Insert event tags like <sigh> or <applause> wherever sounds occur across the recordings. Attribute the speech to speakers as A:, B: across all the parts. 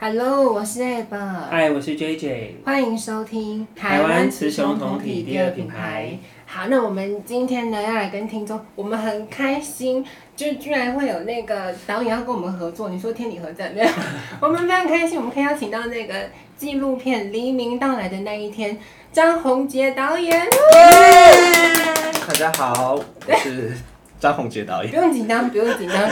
A: Hello，我是 Ab，
B: 嗨，我是 JJ。
A: 欢迎收听
B: 台湾雌雄同体第二品牌。
A: 好，那我们今天呢要来跟听众，我们很开心，就居然会有那个导演要跟我们合作。你说天理何在？没有，我们非常开心，我们可以邀请到那个纪录片《黎明到来的那一天》张宏杰导演。
C: 大家好，我是张宏杰导
A: <laughs>
C: 演。
A: 不用紧张，不用紧
B: <laughs>
A: 张，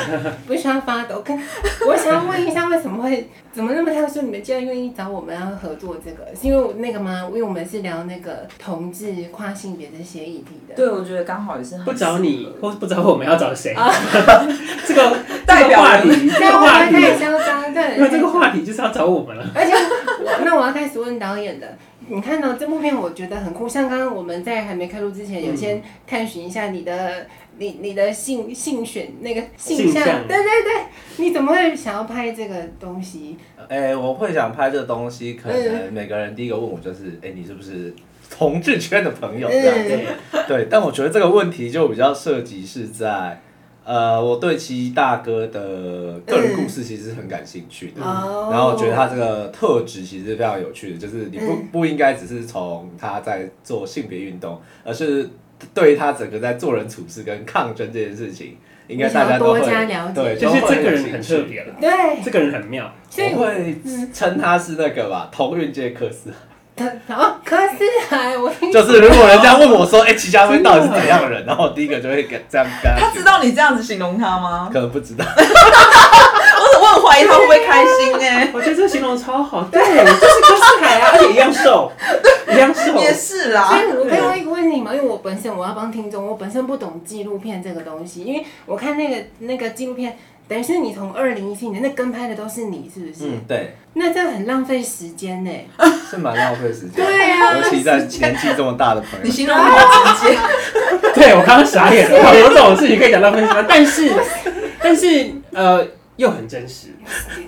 A: 不需要发抖。跟我想要问一下，为什么会怎么那么特殊？你们竟然愿意找我们要合作这个，是因为我那个吗？因为我们是聊那个同志跨性别这些议题的。
D: 对，我觉得刚好也是很
B: 不找你
D: 适合，
B: 或是不找我们要找谁？ <laughs> 这个
D: 代表
B: 这个话题，
A: 这
B: 这个
A: 样会
B: 话
A: 不会太
B: 题，
A: 嚣张？对，
B: 因为这个话题就是要找我们了。
A: 而且我那我要开始问导演了。你看到、这部片，我觉得很酷。像刚刚我们在还没开录之前，有先探寻一下你的、你、你的性性选那个性
B: 性向
A: 对对对，你怎么会想要拍这个东西？
C: 哎、我会想拍这个东西，可能每个人第一个问我就是，哎、你是不是同志圈的朋友这样？
A: 嗯
B: 对，
C: <laughs> 对，但我觉得这个问题就比较涉及是在，呃，我对齐大哥的个人故事其实是很感兴趣的。
A: 嗯哦
C: 然后我觉得他这个特质其实是非常有趣的，就是你不
A: 嗯
C: 不应该只是从他在做性别运动，而是对他整个在做人处事跟抗争这件事情，应该大家都会
A: 你想要多加了解
C: 对，
B: 就是
C: 都会
B: 这个
C: 有
B: 人
C: 兴
B: 很
C: 趣
B: 特别了，
A: 对，
B: 这个人很妙。
A: 所以
C: 我会
A: 嗯
C: 称他是那个吧，同运界克
A: <laughs>
C: 斯。
A: 他哦，可是啊，我听
C: 就是如果人家问我说，哎、齐家辉到底是怎样的人，然后我第一个就会跟这样跟
D: 他
C: 他
D: 知道你这样子形容他吗？
C: 可能不知道，
D: 我我很怀疑他会不会开心
B: <laughs>
D: 哎、
B: 我觉得这个形容超好，对，就是柯世凯啊，而且一样瘦，一样瘦。
D: 也是
A: 所
D: 啦，
A: 以
C: 啊
A: 我可以问一个问题吗？因为我本身我要帮听众，我本身不懂纪录片这个东西，因为我看那个那个纪录片，等于是你从二零一七年那跟拍的都是你，是不是？
C: 嗯，对，
A: 那这样很浪费时间呢、
C: 是蛮浪费时间，
A: 对啊
C: 尤其在年纪这么大的朋
D: 你
C: 友，
D: 形容得好直接，
B: 对我刚刚傻眼了，有这种事情可以讲浪费时间，但是 <laughs> 但是呃又很真实，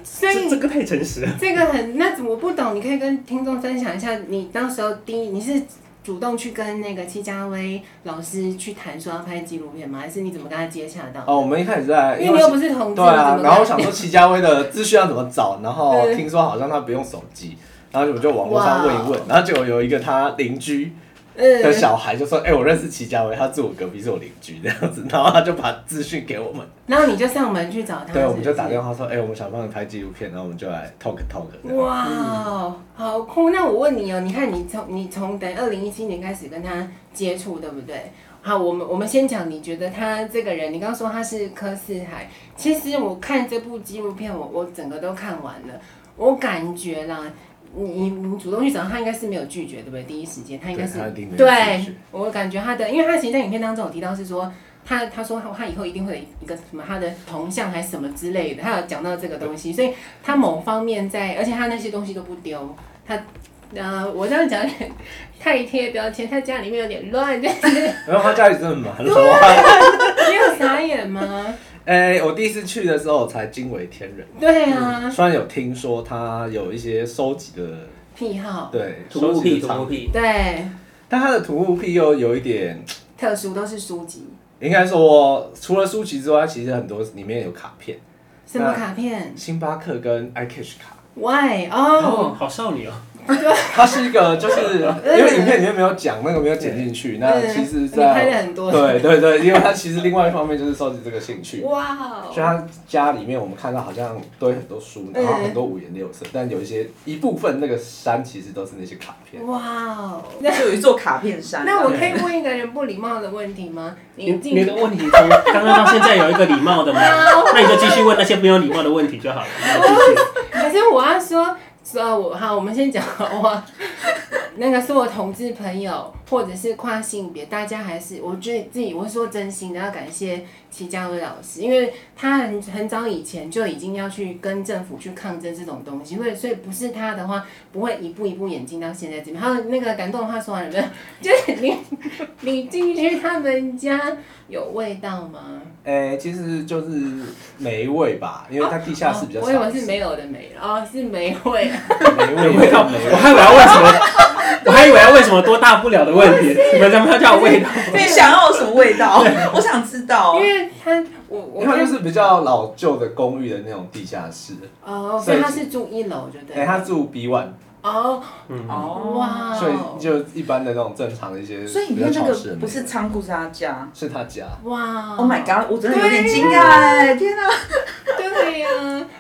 A: 所
B: 这这
A: 以
B: 个太诚实了。
A: 这个很那怎么不懂？你可以跟听众分享一下，你当时候第一你是。主动去跟那个戚家威老师去谈说要拍纪录片吗？还是你怎么跟他接洽到？
C: <laughs> 哦，我们一开始在，
A: 因为你又不是同志，
C: 对
A: 你怎
C: 啊
A: 么，跟
C: 然后我
A: <laughs>
C: 想说齐家威的资讯要怎么找，然后
A: 对
C: 听说好像他不用手机，然后我就网络上问一问，然后就有一个他邻居的
A: 嗯，
C: 小孩就说，哎、我认识齐家威，他住我隔壁，是我邻居 <laughs> 这样子，然后他就把资讯给我们。
A: 然后你就上门去找他，
C: 对，我
A: 是
C: 们
A: 不
C: 就是打电话说，哎、我们想帮你拍纪录片，然后我们就来 talk talk 这样。
A: 哇、好酷！那我问你哦，你看你从你从等二零一七年开始跟他接触，对不对？好，我们我们先讲，你觉得他这个人，你刚刚说他是柯四海，其实我看这部纪录片，我我整个都看完了，我感觉啦，你你你主动去找他，应该是没有拒绝，对不对？第一时间他应该
C: 对
A: 是
C: 他一定没有
A: 对
C: 拒绝，
A: 我感觉他的，因为他其实，在影片当中有提到是说。他他说他他以后一定会有一个什么他的铜像还是什么之类的，他有讲到这个东西，所以他某方面在，而且他那些东西都不丢，他呃，我这样讲有 <laughs> 点太贴标签，他家里面有点乱， <laughs> 就是
C: 然后他家里真的蛮乱。
A: 你有傻眼吗？
C: 哎、我第一次去的时候才惊为天人。
A: 对啊，
C: 虽然有听说他有一些收集的，
A: 癖好，
C: 对，
B: 土木屁，
C: 收集的
B: 土
C: 藏
B: 木屁，
A: 对，
C: 但他的土木癖又有一点，
A: 特殊都是书籍，
C: 应该说除了书籍之外，其实很多里面有卡片，
A: 什么卡片
C: 星巴克跟 iCash 卡。
A: ？Why？
B: 哦，
A: 哦，
B: 好少女哦。
C: 它是一个，就是
A: <laughs>
C: 因为影片里面没有讲，那个没有剪进去。那其实
A: 你拍了
C: 在，
A: 很多，
C: 对对对，因为他其实另外一方面就是收集这个兴趣。
A: 哇
C: 就
A: 哦，
C: 他家里面，我们看到好像堆很多书，然后很多五颜六色，但有一些一部分那个山其实都是那些卡片。
A: 哇哦，
D: 那就有一座卡
B: <laughs>
D: 片山。
A: 那我可以问一个人不礼貌的问题吗？
B: 你
A: 你进
B: 你的问题从刚刚到现在有一个礼貌的 <laughs> 吗？那你就继续问那些没有礼貌的问题就好 <laughs> 了。你继续
A: 可是我要说，呃，我好，我 <laughs> 们先讲我那个是我同志朋友，或者是跨性别，大家还是我觉得自己，我说真心的要感谢齐家威老师，因为他很很早以前就已经要去跟政府去抗争这种东西，所以所以不是他的话，不会一步一步演进到现在这边。还有那个感动的话说完了没有？就是你 <laughs> 你进去他们家有味道吗？
C: 诶、其实就是霉味吧，因为它地下室比较
A: 哦
C: 少。
A: 我以为是没有的没了，哦，是没
C: <laughs>
A: 味。
C: 霉味，
B: 有味道，
C: 霉
B: 我
C: 味。
B: 还以为要问什么，我还以为要问什么多大不了的问 <laughs> 题，你们怎么要叫我味道？
D: <laughs> 你想要有什么味道？我想知
A: 因。
D: 道
A: 为他，我我
C: 因为
A: 看
C: 就是比较老旧的公寓的那种地下室，
A: 哦，所
C: 所以
A: 以他是住一楼，就对
C: 哎、
A: 了。
C: 他住 B one，
A: 哦
B: 嗯，
A: 哇哦，
C: 所以就一般的那种正常的一些，
D: 所以
C: 比
D: 你
C: 较
D: 看
C: 潮湿
D: 这个
C: 的那种
D: 不是仓库，是他家。
B: 嗯
C: 是他家，
A: 哇哦
D: Oh my god！我真的有点惊讶哎，天哪！
A: <laughs> 对呀、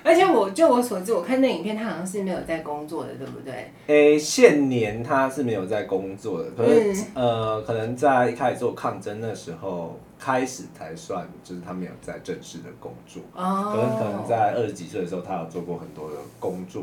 A: 而且我就我所知，我看那影片，他好像是没有在工作的，对不对？
C: 诶、现年他是没有在工作的，可是、
A: 嗯
C: 呃，可能在一开始做抗争的时候开始才算，就是他没有在正式的工作。可能可能
A: 哦，
C: 在二十几岁的时候，他有做过很多的工作，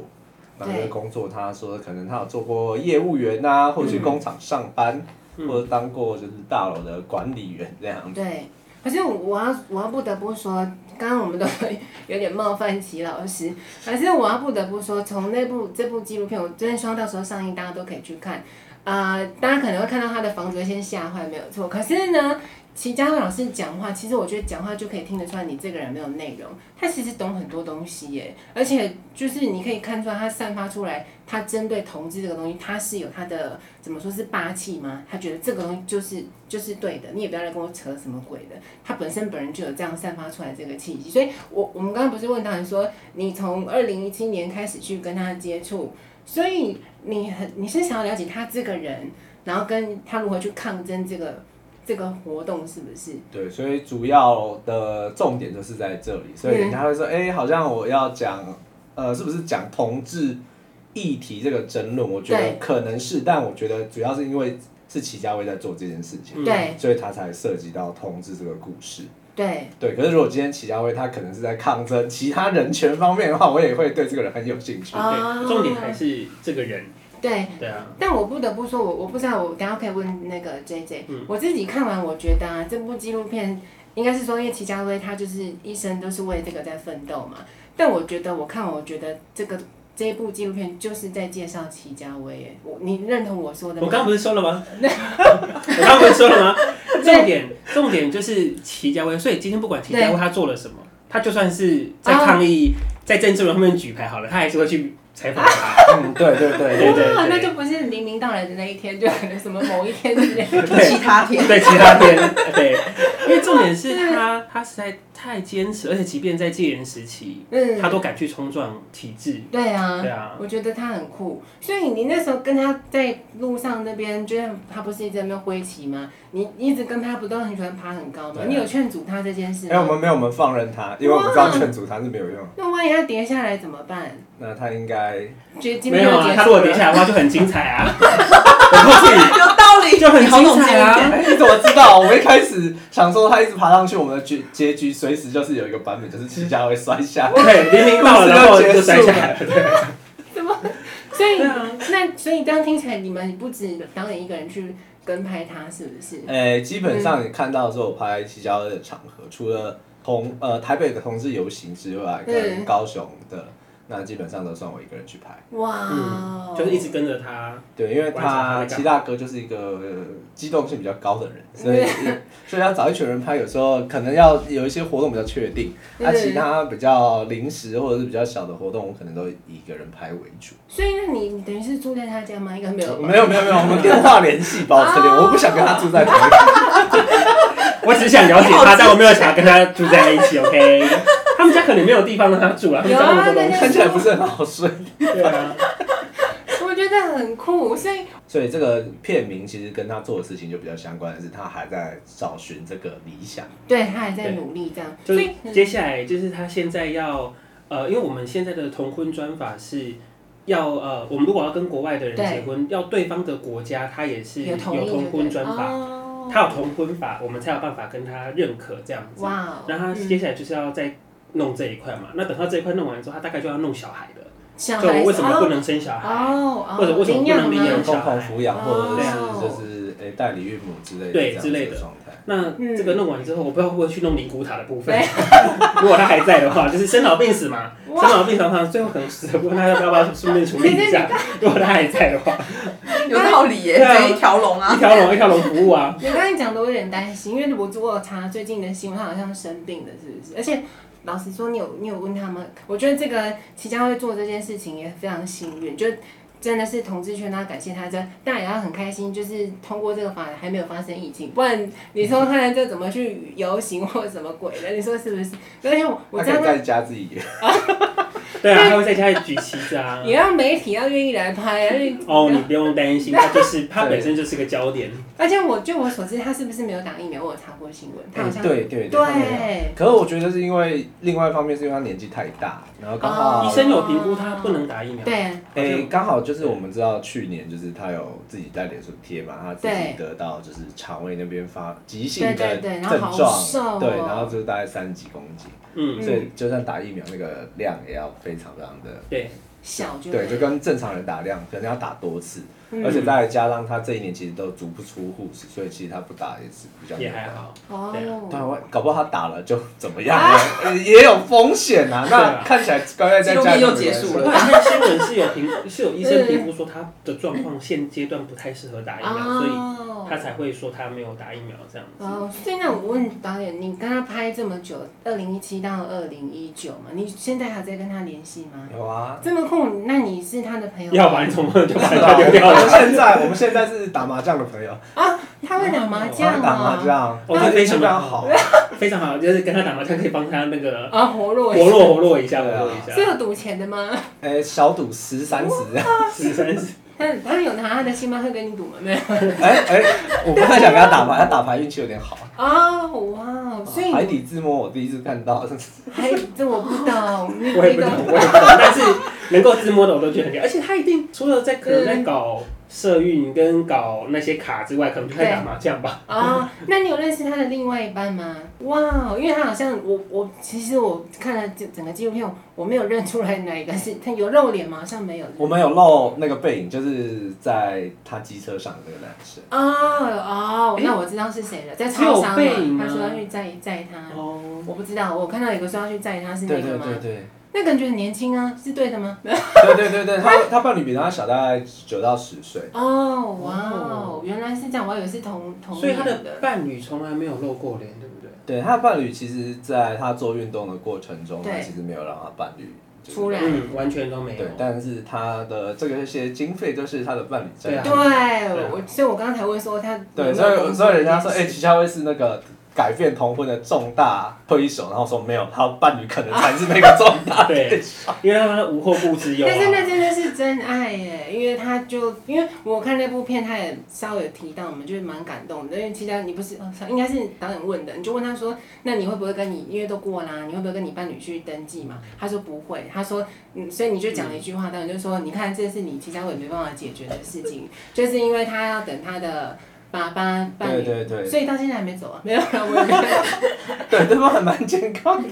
C: 那
A: 对
C: 这个工作他说可能他有做过业务员呐、或者
A: 嗯
C: 去工厂上班，或者当过就是大楼的管理员这样。
A: 对。可是我我要我要不得不说，刚刚我们都 <laughs> 有点冒犯齐老师，可是我要不得不说，从那部这部纪录片，我真的希望到时候上映大家都可以去看。呃，大家可能会看到他的房子会先吓坏，没有错。可是呢，齐家慧老师讲话，其实我觉得讲话就可以听得出来你这个人没有内容。他其实懂很多东西耶，而且就是你可以看出来，他散发出来，他针对同志这个东西，他是有他的怎么说是霸气吗？他觉得这个东西就是就是对的，你也不要来跟我扯什么鬼的。他本身本人就有这样散发出来这个气息，所以我我们刚刚不是问到你说，你从二零一七年开始去跟他接触，所以你很你是想要了解他这个人，然后跟他如何去抗争这个这个活动，是不是？
C: 对，所以主要的重点就是在这里，所以人家会说，哎、好像我要讲，呃，是不是讲同志议题这个争论？我觉得
A: 对
C: 可能是，但我觉得主要是因为是齐家威在做这件事情，
B: 嗯
A: 对
C: 所以他才涉及到同志这个故事。
A: 对
C: 对，可是如果今天齐家威他可能是在抗争其他人权方面的话，我也会对这个人很有兴趣。
A: 啊
B: 对，重点还是这个人，
A: 对，
B: 对啊，
A: 但我不得不说，我我不知道，我等一下可以问那个 J J、
B: 嗯
A: 我自己看完，我觉得、啊、这部纪录片应该是说，因为齐家威他就是一生都是为这个在奋斗嘛。但我觉得我看完，我觉得这个这一部纪录片就是在介绍齐家威耶。我你认同我说的吗？
B: 我刚刚不是说了 <laughs> 吗？我刚刚不是说了 <laughs> 吗？重点重点就是齐家威，所以今天不管齐家威他做了什么，他就算是在抗议，在政治人后面举牌好了，他还是会去采访他。
C: 嗯，对对对
B: 对
C: 对
B: 对
A: 哇，那就不是明明到来的那一天，就可能什么某一天之类
B: <laughs>
A: 的。
B: 对
D: 其他天
B: 对其他
A: <laughs>
B: 天，对，因为重点是他他实在太坚持，而且即便在戒严时期，
A: 嗯，
B: 他都敢去冲撞体制。
A: 对啊
B: 对。啊，
A: 我觉得他很酷，所以你那时候跟他在路上那边，就是他不是一直在那边挥旗吗？你一直跟他不都很喜欢爬很高吗
C: 对？啊
A: 你有劝阻他这件事
C: 哎、我
A: 吗？
C: 们没有，我们放任他，因为我们知道劝阻他是没有用的。
A: 那万一他跌下来怎么办？
C: 那他应该
A: 觉得今
B: 没
A: 天
B: 有
A: 要
B: 啊，
A: 结
B: 他如
A: 束
B: 果跌
A: 了。
B: 下来的话就很精彩
A: <laughs>
B: 啊。我告诉你，
D: 有道理，
B: 就很
D: 你好懂
B: 精彩啊
D: 这一点
C: 哎、你怎么知道？我们一开始想说他一直爬上去，我们的结结局随时就是有一个版本，就是齐家会摔下
B: <laughs>
C: 来，
B: 对，黎明
C: <laughs>
B: 到了，然后
C: 故事
B: 就
C: 就结
B: 摔
C: 束
B: 下来了。
A: 所以、
B: 对啊
A: 那所以这样听起来，你们不止导演一个人去跟拍他，是不是？
C: 诶、哎基本上你看到的时候，我拍齐家的场合，除了同呃台北的同志游行之外，
A: 嗯
C: 跟高雄的，那基本上都算我一个人去拍。
A: 哇哦、
B: 嗯，就是一直跟着他。
C: 对，因为
B: 观察他
C: 他
B: 在干嘛
C: 齐大哥就是一个呃机动性比较高的人，所以所以要找一群人拍，有时候可能要有一些活动比较确定，那、
A: 嗯
C: 其他比较临时或者是比较小的活动，我可能都以一个人拍为主。
A: 所以那你你等于是住在他家吗？应该没有吧。
C: 没有没有没有，我们电话联系保持联，我不想跟他住在同一个。
B: 我只想了解他，但我没有想要跟他住在一起。OK，
A: <laughs>
B: 他们家可能没有地方让他住啊，他们家那么多东
A: 有啊
C: 看
B: 西。
C: 起来不是很好睡。
B: 对啊，
A: 我觉得很酷，所以
C: 所以这个片名其实跟他做的事情就比较相关的是，他还在找寻这个理想。
A: 对他还在
B: 对
A: 努力这样，
B: 就
A: 所
B: 是
A: 以
B: 接下来就是他现在要呃，因为我们现在的同婚专法是。要呃，我们如果要跟国外的人
A: 对
B: 结婚，要对方的国家他也是有
A: 有同意
B: 同
A: 对
B: 婚
A: 不对
B: 专法，
A: 哦
B: 他有同婚法，我们才有办法跟他认可这样子。
A: 哇哦，
B: 然后他
A: 嗯
B: 接下来就是要再弄这一块嘛，那等他这一块弄完之后，他大概就要弄小孩了。
A: 小
B: 就
A: 孩
B: 我为什么不
A: 哦
B: 能生小孩？
A: 哦，哦
B: 或者为什么不能领养
A: 吗
C: 共同抚养，或者是
A: 哦
C: 就是诶代理孕母之类的
B: 对
C: 这样
B: 之类
C: 子
B: 的
C: 的状态。
B: 那
A: 嗯
B: 这个弄完之后，我不知道会不会去弄灵骨塔的部分。 <laughs> 如果他还在的话，就是生老病死嘛，生
A: 哇
B: 老病死嘛，最后可能死了，不过他要不要把它顺便处理一下？如果他还在的话，
D: 有道理耶，
B: 对啊
D: 这一条龙啊
B: 一。条龙一条龙服务啊。
A: 你刚才讲的我有点担心，因为我我有查最近的新闻，他好像生病了，是不是？而且老实说，你有你有问他吗？我觉得这个齐家会做这件事情也非常幸运，就真的是同志圈，他感谢他这，但也要很开心，就是通过这个法还没有发生疫情，不然你说看这怎么去游行或什么鬼的？你说是不是？而且我我
C: 他可
A: 真
C: 以在
A: 的，
C: 家自己演，
B: 对啊，他会在家里举旗子
A: <laughs>
B: 啊。
A: 也让媒体要愿意来拍啊，因为
B: 哦，你不用担心，他就是他本身就是个焦
A: <laughs>
B: 点。
A: 而且我据我所知，他是不是没有打疫苗？我有查过新闻，他好
B: 嗯
A: 像、
C: 哎对对
A: 对
C: 他没有可是我觉得是因为另外一方面是因为他年纪太大，然后刚
A: 哦
C: 好
B: 医生有评估他不能打疫苗，
A: 对
C: 诶，刚好就是我们知道去年就是他有自己在脸书贴嘛，他自己得到就是肠胃那边发急性
A: 对对
C: 的
A: 对
C: 症
A: 然后
C: 状，
A: 好瘦哦
C: 对，然后就是大概三几公斤，
B: 嗯，
C: 所以就算打疫苗那个量也要非常非常的，
B: 对，
A: 小就
C: 嗯对，就跟正常人打量可能要打多次，
A: 嗯
C: 而且再加上他这一年其实都足不出户，所以其实他不打也是比较
B: 也还。好。对啊
C: 对啊，
A: 哦，
C: 我搞不好他打了就怎么样
A: 啊
C: 了，呃也有风险啊。
B: 对
C: 那
B: 啊
C: 看起来乖乖在家里
D: 纪录片又结束了
B: 我看新闻是有评， <laughs> 是有医生评估说他的状
A: 嗯
B: 况现阶段不太适合打疫苗，所以
A: 哦
B: 他才会说他没有打疫苗这样子。
A: 哦，所以那我问导演，你跟他拍这么久，二零一七到二零一九嘛，你现在还在跟他联系吗？
C: 有啊，
A: 这么酷，那你是他的朋友？
B: 要不然怎么就把
A: <laughs>
C: 是
B: 他
C: 啊
B: 丢掉
C: 我们
B: 了？
C: 现在我们现在是打麻将的朋友，
A: 啊，他会打麻
B: 这样
A: 将
C: 打
A: 啊、
C: 麻将，
B: <laughs> 哦这非常
C: 非常好。
B: 非常好，就是跟他打麻将可以帮他那个
A: 啊，活络
B: 活
A: 一下
B: 络活络一下，活
C: 对啊
B: 络一下
A: 是。有赌钱的吗？
C: 哎，小赌十三十，
B: 十三十，
A: 他他有拿他的星巴克跟你赌吗？没有。
C: <laughs> 哎哎，我不太想跟他打牌，他打牌运气有点好。
A: 啊、哇，所以
B: 哦
C: 海底自摸我第一次看到， <laughs>
A: 还这我不懂，你
B: 我也
A: 你
B: 不懂，
A: 懂
B: 我也不懂，但是能够自摸的我都觉得很厉害。而且他一定除了在可能
A: 嗯
B: 在搞社运跟搞那些卡之外，可能就在打麻将吧。
A: 啊、那你有认识他的另外一半吗？哇，因为他好像我我其实我看了整整个纪录片，我没有认出来哪一个是他有露脸吗？好像没有。
C: 我们有露那个背影，就是在他机车上的那个男生。
A: 哦哦，
B: 诶
A: 那我知道是谁了，在超商
B: 只有背影
A: 嘛，
B: 吗
A: 他说要去载载他，
B: 哦，
A: 我不知道，我看到有个说要去载他是那
C: 对对
A: 个吗？
C: 对对。
A: 那感觉很年轻啊，是对的吗？
C: 对对对对，他他伴侣比他小大概九到十岁，
A: 哦，哇哦，原来是这样，我还以为是同同
B: 所以他
A: 年
B: 的伴侣从来没有露过脸，对不对？
C: 对他的伴侣其实在他做运动的过程中，
A: 对
C: 他其实没有让他伴侣就是
A: 出来
B: 嗯，完全都没有
C: 对。，但是他的这个些经费都是他的伴侣在
B: <laughs> 对啊
A: 对，啊我所以我刚才问说他
C: 对，
A: 有没有
C: 所
A: 工
C: 以
A: 作
C: 所以人家说，
A: 这
C: 哎、
A: 件事
C: 齐家威是那个改变同婚的重大推手，然后说没有，他伴侣可能才是那个重大推手。
B: <laughs>
A: <laughs>
B: 对，因为他们无后顾之忧啊
A: 但。是那真的是真爱耶，因为他就因为我看那部片，他也稍微有提到，我们就是蛮感动的。因为其他你不是，呃应该是导演问的，你就问他说，那你会不会跟你因为都过啦，你会不会跟你伴侣去登记嘛？他说不会，他说，嗯，所以你就讲了一句话，导演就说，你看这是你其他我也没办法解决的事情，就是因为他要等他的爸爸伴
C: 对
A: 侣。
C: 对对
A: 所以到现在还没走啊，没有啦，我也没有。
C: 对，对方还蛮健康的。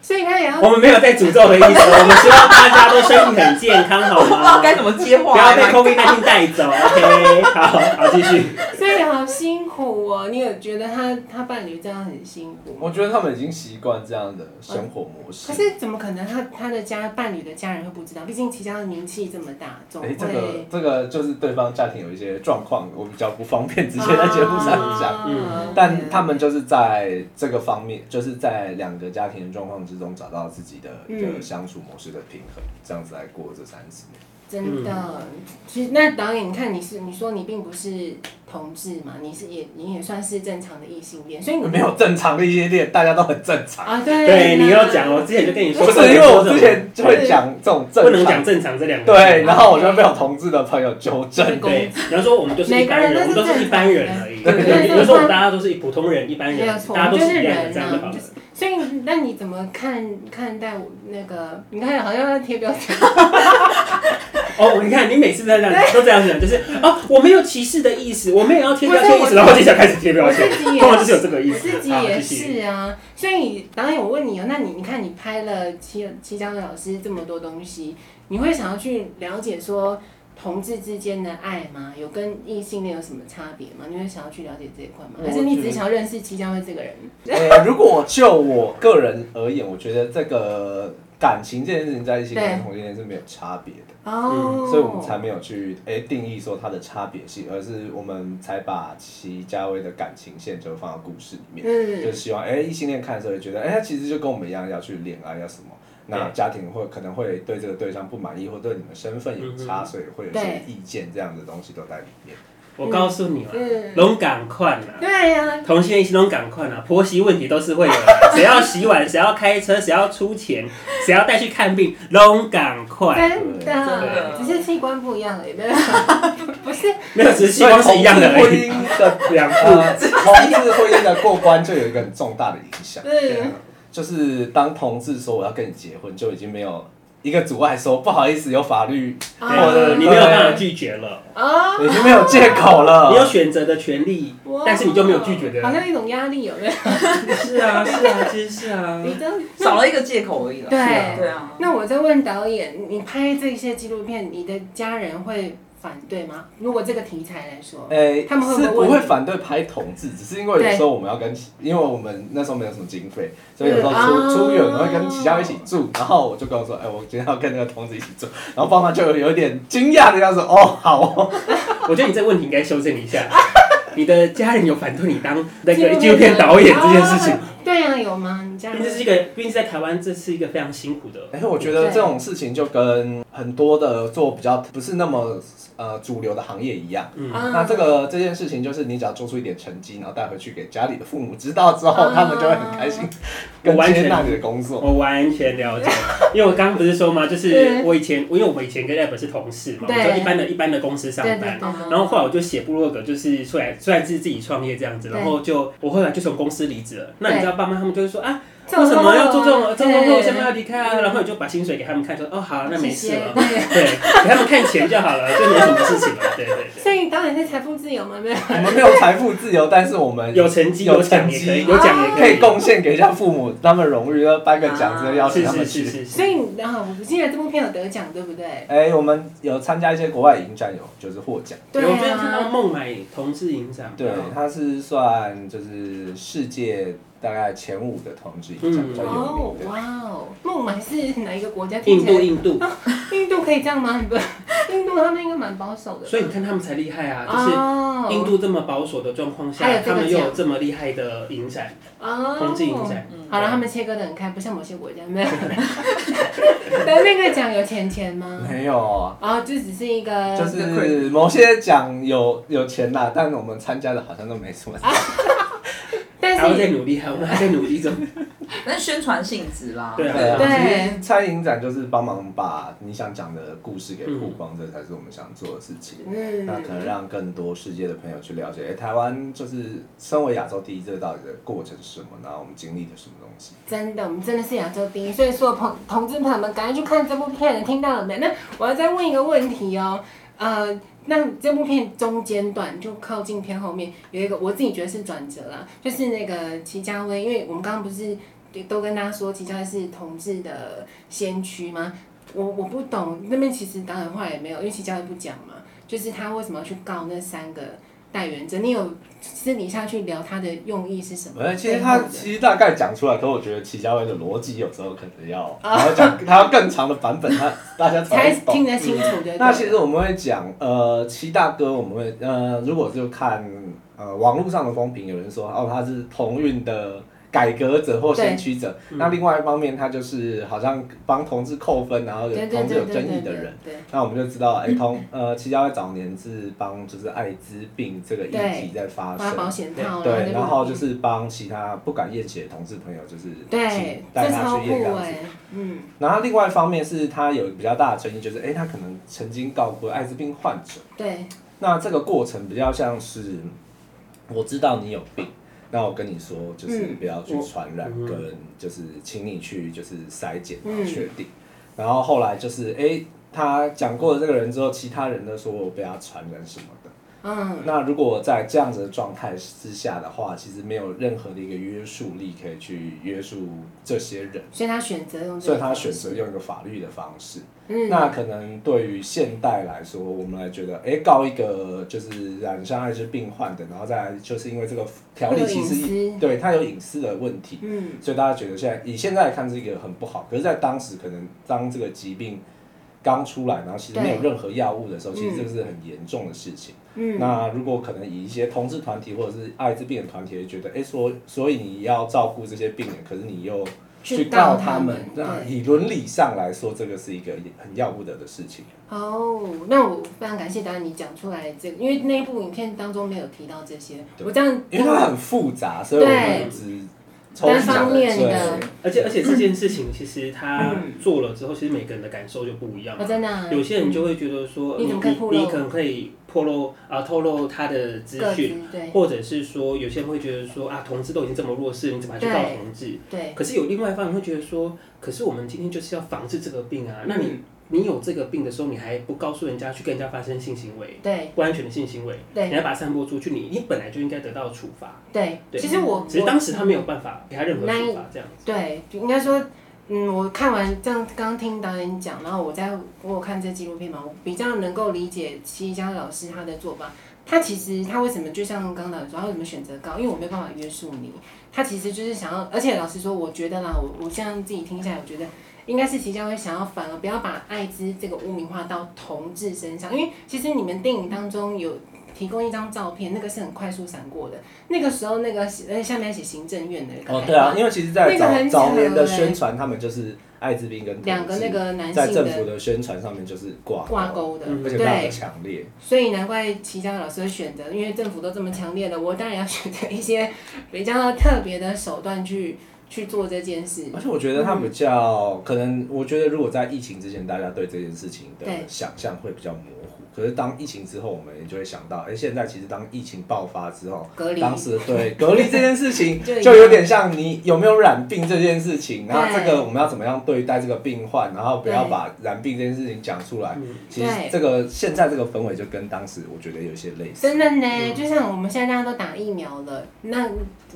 A: 所以他也要
B: 我们没有在诅咒的意思，我们希望大家都身体很健康，
A: <laughs>
B: 好
D: <laughs> 不知道
B: 吗？
D: 该怎么接
B: 不
D: 话
B: 要
D: 欸，
B: 被 COVID 1 9带走。OK，好好继续。
A: 所以好辛苦哦。你有觉得他他伴侣这样很辛苦吗？
C: 我觉得他们已经习惯这样的生活模式
A: 可。是怎么可能他他的家伴侣的家人会不知道？毕竟齐家的名气这么大，总
C: 哎、
A: 会、
C: 这个这个就是对方家庭有一些状况，我比较不方便直接在节目上讲。
A: 啊
B: 嗯
C: 但他们就是在这个方面，就是在两个家庭的状况之中找到自己的一个
A: 嗯
C: 相处模式的平衡，这样子来过这三十年。
B: 嗯
C: 呃
A: 真
C: 嗯
A: 的，其实那导演，你看你是你说你并不是同志嘛，你是也你也算是正常的异性恋，所以你
C: 没有正常的异性恋，大家都很正常。
A: 啊？对
B: 对你
A: 要
B: 要讲，我之前就跟你说，
C: 不是因为我之前就会讲这种
B: 不
C: 正
B: 能讲
C: 常，
B: 正常这两个字。
C: 对，然后我就被我同志的朋友纠 <laughs> 正。
B: 对，然后说我们就是一般人，我
A: 每个
B: 们都
A: 人都是
B: 是一般人而已。
A: 正常的
B: 对，
A: 对
B: 比如说我们大家都是普通人、一般
A: 没有
B: 人，
A: 错
B: 大家都是一
A: 我们
B: 样
A: 就是
B: 的，
A: 人
B: 这样就好
A: 啊
B: 了
A: 就。所以那你怎么看看待我那个？你看好像要贴标签，
B: 哦，你看你每次都在这样，都这样讲，就是哦，我没有歧视的意思，我没有要贴标签意
A: 不
B: 思，
A: 是
B: 然后接下来开始贴标
A: 我
B: 签，
A: 自己也
B: <laughs> 通常就是有这个意
A: 我
B: 思。
A: 自己
B: 好
A: 也
B: 继
A: 是
B: 续
A: 啊， <laughs> 所以导演，我问你哦，那你你看你拍了七七江老师这么多东西，你会想要去了解说同志之间的爱吗？有跟异性恋有什么差别吗？你会想要去了解这一块吗？
B: 我
A: 还是你只
B: 觉
A: 是
B: 得
A: 想要认识七江的这个人？
C: 呃，如果就我个人而言，我觉得这个感情这件事情在异性恋跟
A: 对
C: 同性恋是没有差别的。
B: 嗯
A: 哦，
C: 所以我们才没有去诶、定义说它的差别性，而是我们才把齐家威的感情线就放到故事里面，
A: 嗯
C: 就是希望诶异性恋看的时候也觉得诶他其实就跟我们一样要去恋爱要什么，
B: 嗯
C: 那家庭会可能会对这个对象不满意，或对你们身份有
B: 嗯
C: 差，所以会有一些
A: 对
C: 意见，这样的东西都在里面。
B: 我告诉你啊
A: 嗯，
B: 龙啊赶快啦！
A: 对呀、
B: 同性恋心中赶快啊，婆媳问题都是会有
A: <laughs>
B: 的，谁要洗碗，谁要开车，谁要出钱，谁要带去看病，都赶快，
A: 真
C: 对
A: 的，
D: 对
A: 只是器官不一样而已，没有，啊 <laughs> 不是嗯
B: 没
C: <laughs>
B: 有，只是希望是一样的而
C: 所
B: 已。
C: 以同志婚姻的两 <laughs> 呃，同志婚姻的过关就有一个很重大的影响。 <laughs>
B: 啊
A: 嗯
C: 就是当同志说我要跟你结婚，就已经没有一个阻碍说不好意思有法律，
A: 啊
C: 我的
B: 哦对，你没有办法拒绝了，
A: 啊，
C: 已经没有借口
A: <laughs>
C: 了。
B: 你有选择的权利
A: 哇，
B: 但是你就没有拒绝的。
A: 好像一种压力，有没有？
B: 是啊，是啊，其实是啊。
A: 你真
D: 少了一个借口而已了。
A: 对
D: 对啊，
A: 那我在问导演，你拍这些纪录片，你的家人会反对吗？如果这个题材来
B: 哎
A: 说，
C: 诶，
A: 他们会不会
C: 哎是不
A: 问
C: 会
A: 你
C: 反对拍同志，只是因为有
A: 对
C: 时候我们要跟其，因为我们那时候没有什么经费，所以有时候出、
A: 嗯
C: 出远门
A: 啊
C: 会跟其他一起住，然后我就跟我说，哎、我今天要跟那个同志一起住，然后爸妈就有有点惊讶的样子，哦，好
A: <laughs>
C: 哦，
B: 我觉得你这个问题应该修正一下。你的家人有反对你当那
A: 纪录
B: 个
A: 片
B: 纪录片导演这件事情
A: 啊，对啊，有吗？你家
B: 因为这是一
A: 人？
B: 个，毕竟在台湾这是一个非常辛苦的。
C: 哎、我觉得
A: 对
C: 这种事情就跟很多的做比较不是那么呃主流的行业一样。
B: 嗯
A: 啊
C: 那这个这件事情，就是你只要做出一点成绩，然后带回去给家里的父母知道之后，
A: 啊
C: 他们就会很开心，跟
B: 我完全
C: 接纳你的工作。
B: 我完全了
A: <laughs>
B: 解，因为我刚刚不是说嘛，就是
A: 对
B: 我以前，因为我们以前跟 App 是同事嘛，我
A: 对
B: 在一般的一般的公司上
A: 对对
B: 班。
A: 对
D: 嗯
B: 然后后来我就写部落格，就是出来虽然是自己创业这样子，
A: 对
B: 然后就我后来就从公司离职了。那你知道爸妈他们就会说啊，
A: 这
B: 为
A: 种
B: 什么要做这种这种工作？为什么要
A: 对
B: 离开啊？然后你就把薪水给他们看，说哦好，那没事了，
A: 谢谢对
B: 对，给他们看钱就好了，就没什么事情
A: <laughs>
B: 啊了，对对对。
A: 所以导演是财富自由吗？没有。
C: 我们没有财富自由，但是我们
B: 有成绩
C: 有
B: 有奖
C: 成
B: 也可以，
C: 绩，哦
B: 有奖也
C: 可
B: 可
C: 以
B: 以，
C: 贡献给一下父母，他们荣誉，要颁个奖之类，邀请
B: 是
C: 他们
B: 是是
C: 去。
B: 是
A: <laughs> 所
B: 是，
A: 以你啊，我记得这部片有得奖，对不对？
C: 哎、我们有参加一些国外影展，有就是获奖。
A: 对
B: 我最近看到
A: 啊，
B: 孟买同志影展，
C: 对，它是算就是世界大概前五的同志影展，
B: 嗯
C: 比较有
A: 哦
C: 名的。
A: 哇哦，孟买是哪一个国家？听
B: 印
A: 起
B: 度
A: 来啊
B: 印度，
A: 印度可以这样吗？不， <laughs> 印度他们应该蛮保守的吧。
B: 所以你看他们才厉害啊，就是
A: 哦，
B: 印度这么保守的状况
A: 还
B: 下，
A: 有这个
B: 他们又有这么厉害的影展，
A: 哦，
B: 同志影展，
A: 好
C: 啊
A: 了，他们切割的很开，不像某些国家
C: <laughs>
A: 没有。那那个奖有钱钱吗？
C: 没有，啊
A: 哦，就只是一个，
C: 就是某些奖有有钱啦，但我们参加的好像都没什么。
A: 但
B: 还要再
A: 是
B: 努力，还我们还在努力
A: <laughs>
B: 中，
D: 但是宣传性质啦。
B: 对
C: 对啊，
B: 啊，
A: 对
C: 其实参影展就是帮忙把你想讲的故事给曝光，这才是我们想做的事情。
A: 嗯
C: 那可能让更多世界的朋友去了解，哎、台湾就是身为亚洲第一，这个到底的过程是什么？然后我们经历的什么东西？
A: 真的，我们真的是啊亚洲第一，所以说朋同志朋友们赶快去看这部片，听到了没？那我要再问一个问题哦，呃，那这部片中间段就靠近片后面有一个我自己觉得是转折啦，就是那个齐家威，因为我们刚刚不是都跟大家说齐家威是同志的先驱吗？我我不懂那边其实导演话也没有，因为齐家威不讲嘛，就是他为什么要去告那三个代言者？你有私底下去聊他的用意是什么？
C: 呃，其实
A: 背
C: 他
A: 后的
C: 其实大概讲出来，可我觉得齐家威的逻辑有时候可
A: <laughs>
C: 能要，然后讲他要更长的版本，他大家才
A: 才
C: 会哎懂
A: 听。得清楚的。
C: 那其实我们会讲，呃，齐大哥，我们会，呃，如果就看，呃，网络上的风评，有人说，哦，他是同运的改革者或先驱者。那另外一方面，他就是好像帮同志扣分，然后有
A: 对对
C: 同志
A: 对
C: 有
A: 对
C: 争
A: 对
C: 议的人
A: 对。，对
C: 那我们就知道，哎、同呃，齐家威早年是帮就是艾滋病这个议
A: 对
C: 题在发
A: 发啊保
C: 生，
A: 险套，
C: 啊对，然后就是是帮其他不敢验血的同志朋友，就是
A: 对
C: 请，带
A: 这
C: 他
A: 超
C: 去验这
A: 酷
C: 样子
A: 哎。，嗯，
C: 然后另外一方面是他有比较大的争议，就是哎、他可能曾经告过艾滋病患者。
A: 对，
C: 那这个过程比较像是，我知道你有病，那我跟你说，就是
A: 嗯
C: 不要去
B: 我
C: 传染，
B: 嗯
C: 跟就是请你去就是筛检
A: 嗯
C: 然后确定。然后后来就是哎、诶他讲过了这个人之后，其他人都说我被他传染什么的。
A: 嗯，
C: 那如果在这样子的状态之下的话，其实没有任何的一个约束力可以去约束这些人，
A: 所以他选择用这
C: 所
A: 个方式，
C: 以他选择用一个法律的方式。
A: 嗯，
C: 那可能对于现代来说，我们来觉得，哎、告一个就是染上艾滋病患的，然后再来就是因为这个条例
A: 会有
C: 其
A: 隐
C: 实
A: 私
C: 对它有隐私的问题，
A: 嗯，
C: 所以大家觉得现在以现在来看是一个很不好，可是，在当时可能当这个疾病刚出来，然后其实没有
A: 对
C: 任何药物的时候，其实这是很严重的事情。
A: 嗯，
C: 那如果可能以一些同志团体或者是艾滋病的团体，会觉得，哎、所所以你要照顾这些病人，可是你又去
A: 告
C: 告他们。那
A: 对，
C: 以伦理上来说，这个是一个很要不得的事情。
A: 哦，那我非常感谢达你讲出来这个，因为那部影片当中没有提到这些，
C: 对
A: 我这样
C: 因为它很复杂，所以我们
A: 对
C: 只抽
A: 单
C: 象
A: 方面的
C: 对，
B: 而且而且这件事情其实他做了之后，其实每个人的感受就不一样
A: 嗯我。真的啊
B: 有些人就会觉得说，呃
A: 你
B: 你
A: 怎么可以透露
B: 你你可能可以透露啊，透露他的资
A: 各自
B: 讯，
A: 对
B: 或者是说，有些人会觉得说啊，同志都已经这么弱势，你怎么还去告
A: 对
B: 同志？
A: 对
B: 可是有另外一方人会觉得说，可是我们今天就是要防治这个病
A: 嗯
B: 啊，那你你有这个病的时候，你还不告诉人家去跟人家发生性行为，
A: 对
B: 不安全的性行为，
A: 对
B: 你还把它散播出去，你你本来就应该得到处罚，
A: 对，
B: 对
A: 其实我
B: 只是
A: 我
B: 当时他没有办法给他任何
A: 哦那
B: 处
A: 一
B: 罚，这样子。
A: 对，应该说，嗯，我看完这样，刚刚听导演讲，然后我在我有看这纪录片嘛，我比较能够理解戚家老师他的做法。他其实他为什么就像刚刚导演说，他为什么选择高？因为我没有办法约束你。他其实就是想要，而且老实说，我觉得啦，我我这样自己听下来，我觉得应该是齐家辉想要反而不要把艾滋这个污名化到同志身上，因为其实你们电影当中有提供一张照片，那个是很快速闪过的。那个时候那个呃下面还写行政院的
C: 哦，对啊，因为其实，在
A: 那个很
C: 早早年的
A: 扯欸
C: 宣传，他们就是艾滋病跟同
A: 两个
C: 志
A: 那个男
C: 在
A: 性
C: 政府
A: 的
C: 的宣传上面就是挂
A: 挂，钩的，
B: 嗯
C: 而且非常的
A: 对，
C: 强烈。
A: 所以难怪齐家老师会选择，因为政府都这么强烈了， <laughs> 我当然要选择一些比较特别的手段去去做这件事。
C: 而且我觉得他比较、可能，我觉得如果在疫情之前，大家对这件事情的
A: 对
C: 想象会比较模糊。可是当疫情之后，我们也就会想到，哎、现在其实当疫情爆发之后，
A: 隔离
C: 当时对隔离这件事
A: <laughs>
C: 情，
A: 就一样
C: 就有点像你有没有染病这件事情，然后
A: 对
C: 这个我们要怎么样对待这个病患，然后不要
A: 对
C: 把染病这件事情讲出来。
B: 嗯
C: 其实
A: 对
C: 这个现在这个氛围就跟当时我觉得有一些类似。
A: 真的
C: 嗯
A: 呢，就像我们现在大家都打疫苗了，那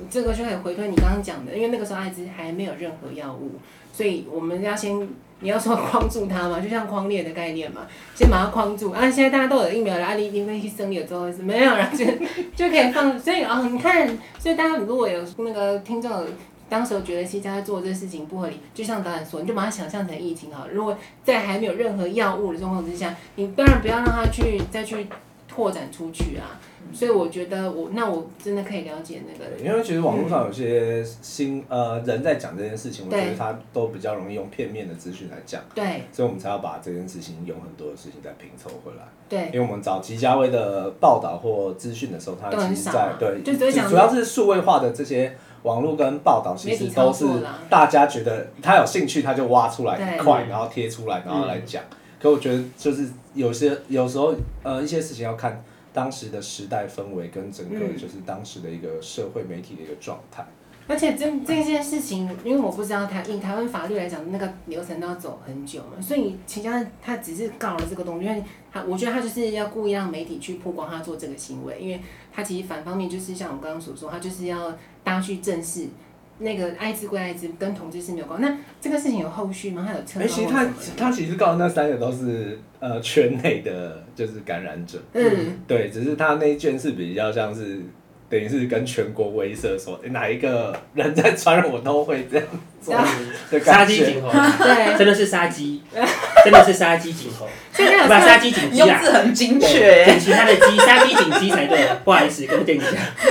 A: 这个就可以回推你刚刚讲的，因为那个时候艾滋还没有任何药物，所以我们要先你要说框住它嘛，就像框列的概念嘛，先把它框住。啊，现在大家都有疫苗了，啊，你因为医生有之后是没有了，就就可以放。所以啊、哦，你看，所以大家如果有那个听众有。当时觉得西家做这事情不合理，就像导演说，你就把它想象成疫情好了。如果在还没有任何药物的状况之下，你当然不要让它去再去拓展出去啊。
C: 嗯
A: 所以我觉得我那我真的可以了解那个
C: 对因为其实网络上有些新、呃人在讲这件事情，我觉得
A: 对
C: 他都比较容易用片面的资讯来讲。
A: 对
C: 所以我们才要把这件事情有很多的事情再拼凑回来。
A: 对
C: 因为我们找吉家威的报道或资讯的时候，它
A: 都很
C: 其实
A: 少
C: 在
A: 啊
C: 对，
A: 就只会讲
C: 主要是数位化的这些网络跟报道，哦其实都是
A: 媒体操作啦
C: 大家觉得他有兴趣，他就挖出来
A: 对
C: 一块，然后贴出来，然后来讲。可我觉得就是有些有时候呃一些事情要看当时的时代氛围跟整个
A: 嗯
C: 就是当时的一个社会媒体的一个状态。
A: 而且这这件事情，因为我不知道台以台湾法律来讲，那个流程都要走很久嘛，所以秦家他只是告了这个东西，因为他我觉得他就是要故意让媒体去曝光他做这个行为，因为他其实反方面就是像我刚刚所说，他就是要大家去正视那个艾滋归艾滋，跟同志是没有关。那这个事情有后续吗？他有
C: 哎、
A: 称
C: 其实
A: 号
C: 他
A: 或什么的？
C: 他其实告诉那三个都是呃圈内的就是感染者。
A: 嗯，
C: 对，只是他那一卷是比较像是，等于是跟全国威慑说、诶哪一个人在传染我都会这样做
A: 对啊
C: 的
B: 杀
C: 感 <laughs>
B: 鸡
C: 觉。
B: 儆猴，啊
A: 对，
B: 真的是杀鸡，真的是杀鸡儆猴，
A: 所以他
B: 不
A: 有
B: 杀
A: 测，
B: 鸡儆
D: 你
B: 鸡
D: 用
B: 啊，
D: 字很精确。
B: 警其他的鸡，杀鸡儆鸡才对，不好意思，跟店讲，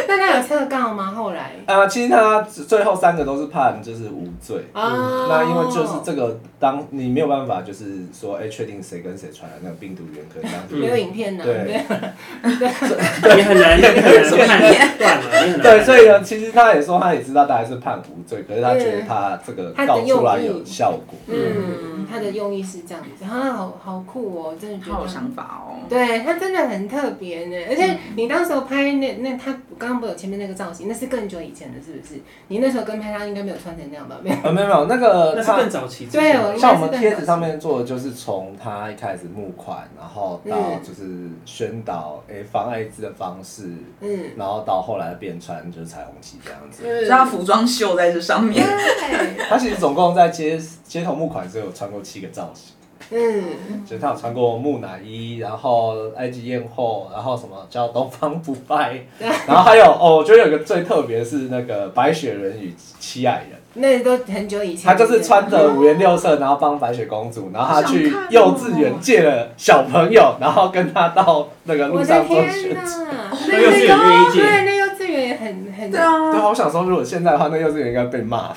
A: 那他有测告吗？后来
C: 啊、其实他最后三个都是判就是无罪。
A: 啊，
C: 嗯那因为就是这个，当你没有办法，就是说，哎、确定谁跟谁传染那个病毒源，可能当时
A: 没有影片呢，啊
C: 对
B: 你很难，你很
C: <laughs>
B: 难判断嘛，你很难判断。
C: 对，所以呢，其实他也说他也知道大概是判无罪，可是他觉得
A: 嗯
C: 他这个
A: 他的
C: 告出来
A: 用意
C: 有效果。
A: 嗯，他的用意是这样子，啊，好好酷哦，真的觉
D: 嗯好嗯
A: 得
D: 有
A: 他。
D: 想法哦。
A: 对他真的很特别呢，而且你当时候拍那那他刚刚不是有前面那个造型，那是更久以前的，是不是？你那时候跟拍他应该没有穿成那样吧？没有。
C: 啊，没有没有，那个
B: 那是
C: 他
B: 更早期之
A: 对
B: 前，
A: 我应该
C: 像我
A: 是
C: 们
A: 更
C: 贴
A: 早
C: 纸
A: 期
C: 上面做的，就是从他一开始募款，然后到就是宣导诶、防艾滋的方式，
A: 嗯，
C: 然后到后来变穿就是彩虹旗这样子。
D: 是他服装秀在这上面，
A: 对，
C: 他其实总共在街街头募款的时候有穿过七个造型，
A: 嗯，
C: 就是他有穿过木乃伊，然后埃及艳后，然后什么叫东方不
A: <laughs>
C: 败，然后还有哦，我觉得有一个最特别的是那个白雪人与七矮人。
A: 那都很久以前。
C: 他就是穿着五颜六色，然后帮白雪公主，然后他去幼稚园借了小朋友，然后跟他到那个
A: 我
C: 路
A: 的
C: 上做
A: 天
C: 宣传。
A: 哪，
B: 那幼稚园愿意
A: 对，
B: 借，
A: 那幼稚园也很很
D: 对
C: 对
D: 啊，
C: 啊，我想说，如果现在的话，那幼稚园应该被骂。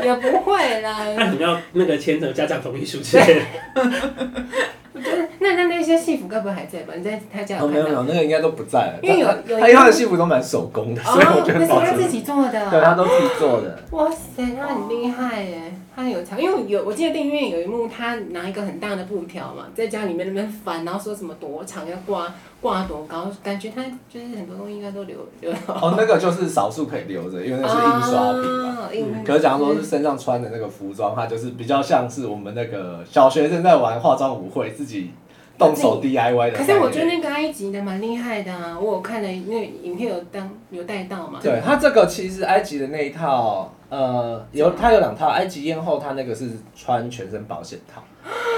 A: 也不会
D: <laughs>
A: 啦。
B: 他可能要那个签成家长同意书之类的。
A: 我觉得那那那些戏服该不会还在吧？你在他家
C: 哦，
A: 有
C: 没有没
A: 看
C: 有，
A: 到？
C: 那个应该都不在了。
A: 因为有
C: 他
A: 有
C: 他因为他的戏服都蛮手工的，所以我觉
A: 哦那
C: 得
A: 是
C: 保
A: 他自
C: 存。
A: 己做的。
C: 对，他都自己做的。
A: 哇塞，他很厉害耶！他有藏，因为有我记得电影院有一幕，他拿一个很大的布条嘛，在家里面那边翻，然后说什么多长要挂挂多高，感觉他就是很多东西应该都留留到
C: 哦，那个就是少数可以留着，因为那是哦印刷品嘛。
A: 啊印
C: 可是假如说是身上穿的那个服装，它就是比较像是我们那个小学生在玩化妆舞会，自己动手 DIY 的。
A: 可是我觉得。那个埃及的蛮厉害的啊，我有看了那个影片有当有带到嘛。
C: 对它这个其实埃及的那一套，呃，有它有两套，埃及艳后她那个是穿全身保险
A: <gasps>
C: 套，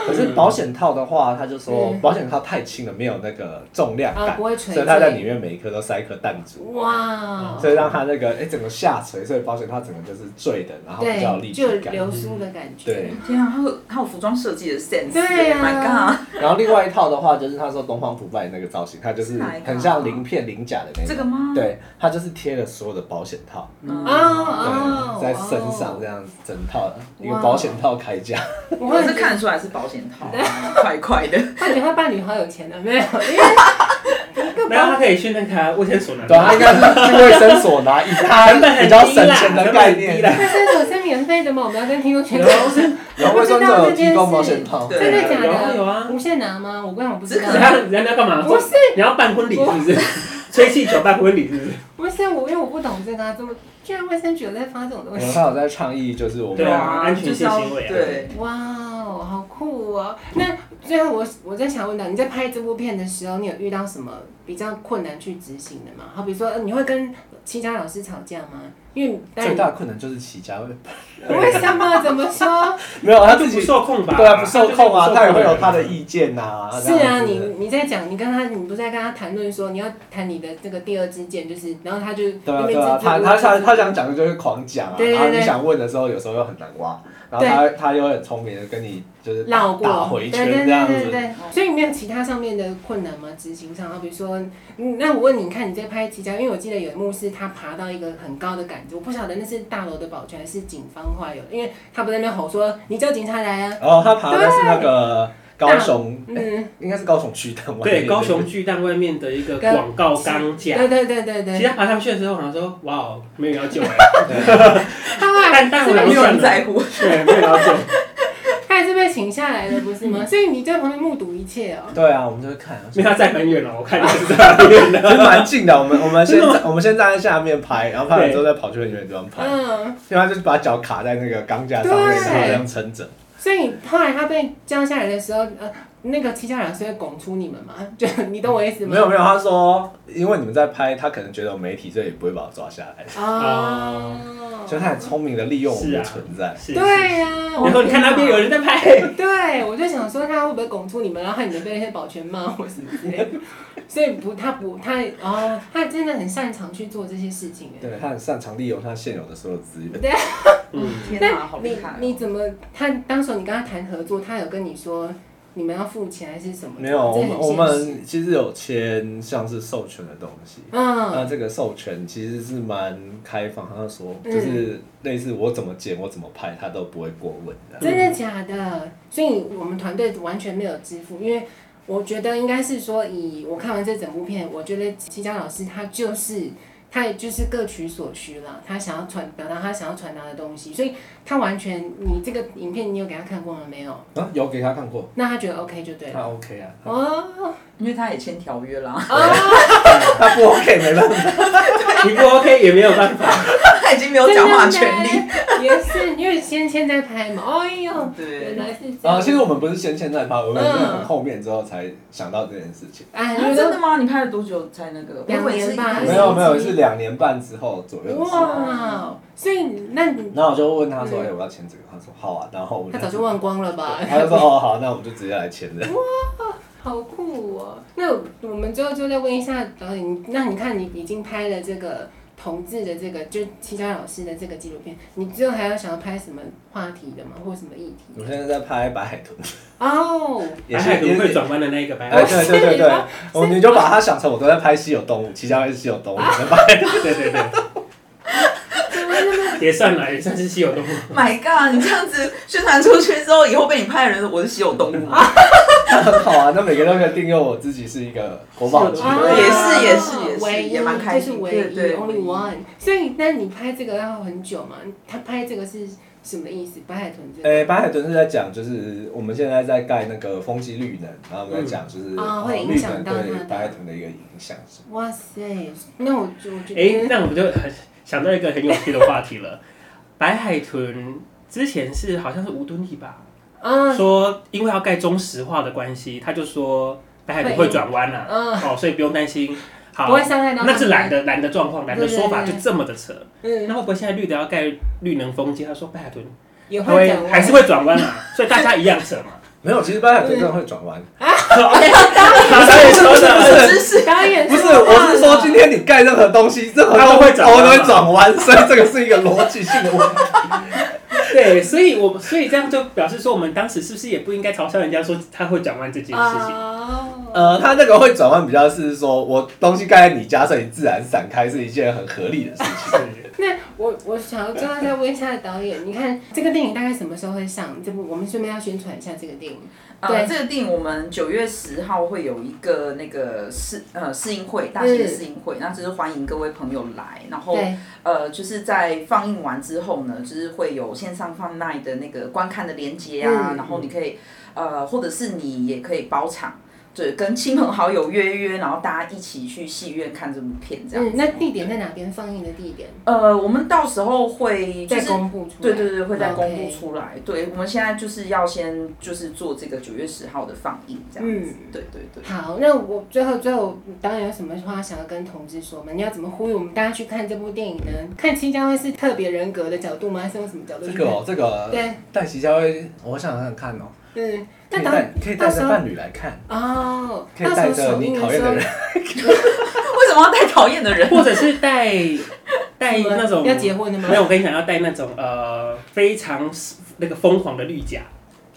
C: 可是保险套的话，他就说
A: 嗯
C: 保险套太轻了，没有那个重量
A: 啊，
C: 感，
A: 不会垂
C: 所以他在里
A: 坠。
C: 面每一颗都塞一颗弹珠。
A: 哇，
C: 所以让它那个哎、整个下垂，所以保险套整个就是坠的，然后比较有
A: 对，
C: 立
A: 就有
C: 体感。
A: 流苏的感觉。
C: 对，
D: 天啊，他有他有服装设计的 sense，
A: 对啊
D: m y God，
C: 然后另外一套的话，就是他说东方不败那个造型，它就是是
D: 哪一个啊
C: 很像鳞片鳞甲的那
D: 这
C: 种。
D: 个吗？
C: 对，它就是贴了所有的保险套，
D: 嗯
A: 哦哦，
C: 对，在身上这样子整套一个保险套铠甲。
A: 我
D: 我
A: 会
D: 是
A: 觉得
D: 看得出来是保险套，啊快快的。
A: <laughs> 他觉得他伴侣好有钱的，没有？因为
B: 然后他可以 <laughs> 去那个卫生所拿。
C: 对，啊它应该是去卫生所拿一摊
B: 成本很
C: 比
B: 低啦
C: 较省钱的概念。
A: 卫生所是免费的嘛，我们要跟听众全
B: 有啊
A: 都是
C: 然后卫生所有提供保险套，
D: 对
A: 真的假
B: 有啊
A: 的？
B: 有啊
A: 无限拿吗？我根本不知
D: 这
A: 道
D: 可。
B: 等下人家要干嘛？
A: 不是
B: 你要办婚礼是不是？吹气球办婚礼是不是？
A: 不是我，因为我不懂这个啊，怎么居然卫生局有在发这种东
C: 然后
A: 西？
B: 啊
C: 他有在倡议，就是我们
B: 对啊安全
D: 就是
B: 性
D: 要
B: 行为啊
D: 嗯对，
A: 哇哦，好酷哦！那最后我我在想问到，你在拍这部片的时候，你有遇到什么比较困难去执行的吗？好比说，呃你会跟其他老师吵架吗？因为当
C: 最
A: 然
C: 大的困难就是起家，
A: 为什么？怎么说？
C: 没有他
B: 就
C: 自
B: 不
C: 己
B: 受控吧？
C: 对啊，不受控啊，他也会有他的
B: 意。
C: 意见呐。
A: 是
C: 哦这
A: 啊，
C: 样子
A: 你你在讲，你跟他，你不是在跟他谈论说你要谈你的这个第二支箭，就是，然后他就
C: 对啊
A: 那
C: 对
A: 边
C: 啊，
A: 支支
C: 他
A: 吾吾
C: 他想
A: 支支
C: 他想讲的就会狂讲啊，
A: 对对
C: 然后你
A: 对
C: 想问的时候，有时候又很难挖，然后他他又很聪明的跟你就是
A: 绕
C: 打
A: 过，
C: 打回
A: 对对
C: 圈这
A: 对
C: 样
A: 对对
C: 子。
A: 对。所以你没有其他上面的困难吗？执行上，好比如说，嗯那我问你，你看你在拍《齐家》，因为我记得有一幕是他爬到一个很高的杆子，我不晓得那是大楼的保全还是警方话有，因为他不在那边吼说你叫警察
C: <laughs>
A: 来啊，
C: 然哦后他爬的是那个高雄，
A: 嗯，
C: 应该是高雄区的嘛？
B: 对，高雄巨蛋外面的一个广告钢架。
A: 对对对对
B: 其
C: <laughs>
A: 对，
B: 他爬上去的时候，好像说哇哦，没有人要救哎，
A: 他
C: 啊
A: 后来
B: 但但我
D: 没有
B: 想
D: 人在乎。
B: 对，没有人要救。
A: 他还是被请下来了，不是吗？所以你在旁边目睹一切
C: <laughs>
A: 哦。
C: 对啊，我们就会看啊，
B: 没有他在很远了，我看你是
C: <laughs>
B: 在很远
C: 其实蛮近的。我们我们先
B: 真的
C: 站我们先站在下面拍，然后拍完之后再跑去很远的地方拍，
A: 嗯，
C: 因为他就是把脚卡在那个钢架上面，
A: 对
C: 然后这样撑着。
A: 所以后来他被降下来的时候，呃，那个七家老师会拱出你们嘛？就你懂我意思吗？
C: 没有没有，他说因为你们在拍，他可能觉得有媒体，所以也不会把我抓下来。
A: 哦，
C: 所以他很聪明的利用我们的
B: 是啊
C: 存在。
B: 是。
A: 对呀、我
B: 然后你看那
C: <laughs>
B: 边有人在拍，
A: 对，我就想说他会不会拱出你们，然后害你们被那些保全骂或什么之类的。所以不，他不，他哦，他真的很擅长去做这些事情哎。
C: 对他很擅长利用他现有的所有资源。
B: 嗯，
D: 天哪，好
A: 那
D: 厉
A: 哎你
D: 害哦！
A: 你怎么？他当时你跟他谈合作，他有跟你说你们要付钱还是什么的？
C: <laughs> 没有，
A: 这
C: 我
A: 很
C: 们我
A: 现实
C: 们其实有签像是授权的东西。那
A: 嗯
C: 这个授权其实是蛮开放，他说
A: 嗯
C: 就是类似我怎么剪我怎么拍，他都不会过问的。
A: 真
D: 嗯
A: 的假的？所以我们团队完全没有支付，因为我觉得应该是说，以我看完这整部片，我觉得齐家老师他就是他也就是各取所需了，他想要传表达他想要传达的东西，所以他完全你这个影片你有给他看过吗？没有，
C: 啊，有给他看过，
A: 那他觉得 OK 就嗯对了。
C: 他 OK 啊，
A: <laughs> 哦，
D: 因为他也签条约啦， <laughs>
C: 他不啊 OK 没办
A: 嗯
C: 法。
B: 你不 OK 也没有办法。
D: 他已经没有讲话权利。
A: 利，也是因为先现在拍嘛。哎呦，原
D: 对，哦
A: 来是这
C: 啊，
A: 样。
C: 其实我们不是先签再拍，我们是
A: 嗯
C: 很后面之后才想到这件事情。
A: 哎，
D: 啊
A: 你
D: 真
A: 都
D: 的吗？你拍了多久才那个？
A: 两年吧
D: 我以为是一开始
C: 没有没有，是两年半之后左右的事。
A: 啊哇，所以那你
C: 然后我就问他说：“
A: 嗯
C: 哎，我要签这个。”他说：“好啊。”然后我
A: 他
C: 就
A: 早就忘光了
D: <laughs>
A: 吧？
C: 他就说：“哦，好，那我们就直接来签的。
A: 好酷哦！那我们最后就再问一下导演，你那你看你已经拍了这个同志的这个，就戚家老师的这个纪录片，你之后还有想要拍什么话题的吗？或什么议
C: 我
A: 题？
C: 现在在拍白海豚，
A: 哦，
C: 也
B: 白
C: 是
B: 海豚会
C: 也是。
B: 转弯的那一个白
C: 哎，
B: 海豚，
C: 对对对对，
A: <laughs>
C: 我你就把它想成我都在拍稀有动物，其他是稀有动物，白
B: 对对对，
A: 怎么那么
B: <laughs> 也算了，也算是稀
A: <laughs>
B: 有动物。
D: Oh My God！你这样子宣传出去之后，以后被你拍的人说我是稀有动物吗？
C: 那很好啊，那每个人都可以定义我自己是一个国宝级
B: 是
A: 啊
C: 的
B: 的
D: 也是也是也是
A: 唯一
D: 也蛮开心
A: 这是唯一
D: 对对
A: only one。所以，那你拍这个要很久嘛？他拍这个是什么意思？白海豚这个
C: 诶、哎白海豚是在讲，就是我们现在在盖那个风机绿能，然后我们在讲就是、
A: 嗯啊
C: 呃
A: 会影
C: 绿
A: 响
C: 能
A: 到它
C: 对
A: 的
C: 白海豚的一个影响。
A: 哇塞，那我就我觉得，
B: 哎、那我们就很想到一个很有趣的话题了。白海豚之前是好像是吴敦义吧，
A: 啊，
B: 说因为要盖中石化的关系，他就说白海豚会转弯啦，
A: 嗯，
B: 哦，所以不用担心。好
A: 不，会伤害到
B: 那是
A: 懒
B: 懒，的懒的状况，懒的说法
A: 对对
B: 就
A: 对
B: 这么的扯。
A: 嗯，
B: 那会不会现在绿的要盖绿能风机？他说白海豚
A: 也会
B: 会
A: 讲
B: 还是会转弯啦，所以大家一样扯嘛。
C: 没有，其实白海豚真的会转弯。
B: 马上也说的，
D: 知识
A: 导演
C: 不是，我是说今天你盖任何东西，任何
B: 它都会转弯
C: 都
B: 嘛
C: 会转弯，所以这个是一个逻辑性的问题。
B: <laughs> 对，所以我所以这样就表示说，我们当时是不是也不应该嘲笑人家说他会转弯这件事情？
A: 哦，
C: 呃，他那个会转弯比较是说我东西盖在你家，所以自然散开是一件很合理的事情。
B: 是
A: 那我我想要最后再问一下导演，你看这个电影大概什么时候会上？这部我们顺便要宣传一下这个电影。
D: 呃，
A: 对
D: 这个电影我们九月十号会有一个那个试呃试映会，大型的
A: 嗯
D: 试映会，那就是欢迎各位朋友来，然后
A: 对，
D: 呃，就是在放映完之后呢，就是会有线上贩卖的那个观看的连接啊，
A: 嗯
D: 然后你可以呃，或者是你也可以包场，对，跟亲朋好友约约，然后大家一起去戏院看这部片这样。
A: 嗯，那地点在哪边放映的地点？
D: 呃，我们到时候会就
A: 再
D: 是。
A: 公布出来。
D: 对对对，会再公布
A: OK
D: 出来。对，我们现在就是要先就是做这个九月十号的放映，这样子。
A: 嗯
D: 对对 <laughs> 对。
A: 好，那我最后最后导演有什么话想要跟同志说吗？你要怎么呼吁我们大家去看这部电影呢？看新疆会是特别人格的角度吗？还是用什么角度
C: 这
A: 去
C: 个
A: 看？
C: 哦，这个
A: 对
C: 戴奇佳薇，我想想看哦，
A: 嗯，
C: 可
A: 那
C: 以
A: 导
C: 带可以带
A: 到时
C: 着
A: 候
C: 伴侣来看，
A: 哦，
C: 可以
A: 到时
C: 带
A: 候
C: 着
A: 首
C: 你
A: 映
C: 讨
A: 的
C: 厌
A: 时
C: 的
A: 候
C: 人。
D: 为什么要带讨厌的人？
A: <laughs>
B: 或者是带带
A: 什么
B: 那种
A: 要结婚的吗
B: 没？有，我跟你讲，要带那种呃非常那个疯狂的绿甲，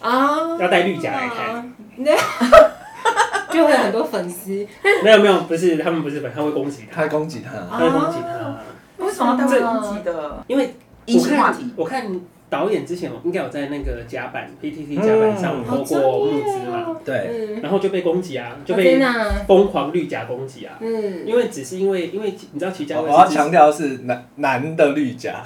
A: 啊，
B: 要带绿甲来看。
A: 那 <laughs> 就会有很多粉丝。
B: 没有没有，不是他们不是，他会攻击他，
C: 他攻击他，
B: 他会攻击
A: 哦
B: 他。
D: 为什么要带会攻击的？
B: 因为
D: 隐
B: 我
D: 性话
B: 看
D: 题。
B: 我看导演之前应该有在那个甲板 PTT 甲板上
C: 嗯
A: 好
B: 投
A: 专
B: 过募
A: 业
B: 资嘛，
A: 哦。
C: 对，
A: 嗯，
B: 然后就被攻击啊，就
A: 哦
B: 被
A: 真的啊，
B: 疯狂绿甲攻击啊。
A: 嗯，
B: 因为只是因为，因为你知道齐家
C: 我
B: 威
C: 我要
B: 是
C: 强调是男男的绿甲，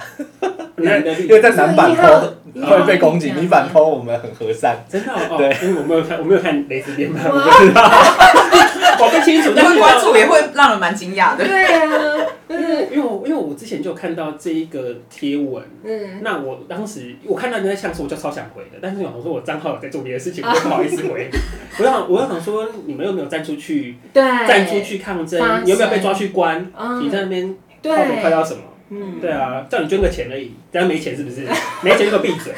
B: 男的绿
C: 因为在男版
A: 一号
C: 偷
A: 一号
C: 会被攻击，
A: 绿甲
C: 女版偷我们很和善。
B: <laughs> 真的哦，
C: 对
B: 哦因为我没有看，我没有看蕾丝边版， <laughs> 我不知道， <laughs> 我不清楚。但
D: 因为
B: 是
D: 关注也会让人蛮惊
A: <laughs>
D: 讶的。
A: 对啊，嗯
B: 因为我因为我之前就有看到这一个贴文，
A: 嗯，
B: 那我当时我看到你在呛说，我就超想回的，但是我想说我账号有在做别的事情，我就不好意思回。 <laughs> 我想我想说，你们又没有站出去，
A: 对，
B: 站出，去抗
A: 哎发
B: 争，你有没有被
A: 声
B: 抓去关？
A: 啊，
B: 你在那边
A: 对，
B: 到底快要什么？
A: 嗯，
B: 对啊，叫你捐个钱而已，但没钱是不是？没钱就给我闭嘴。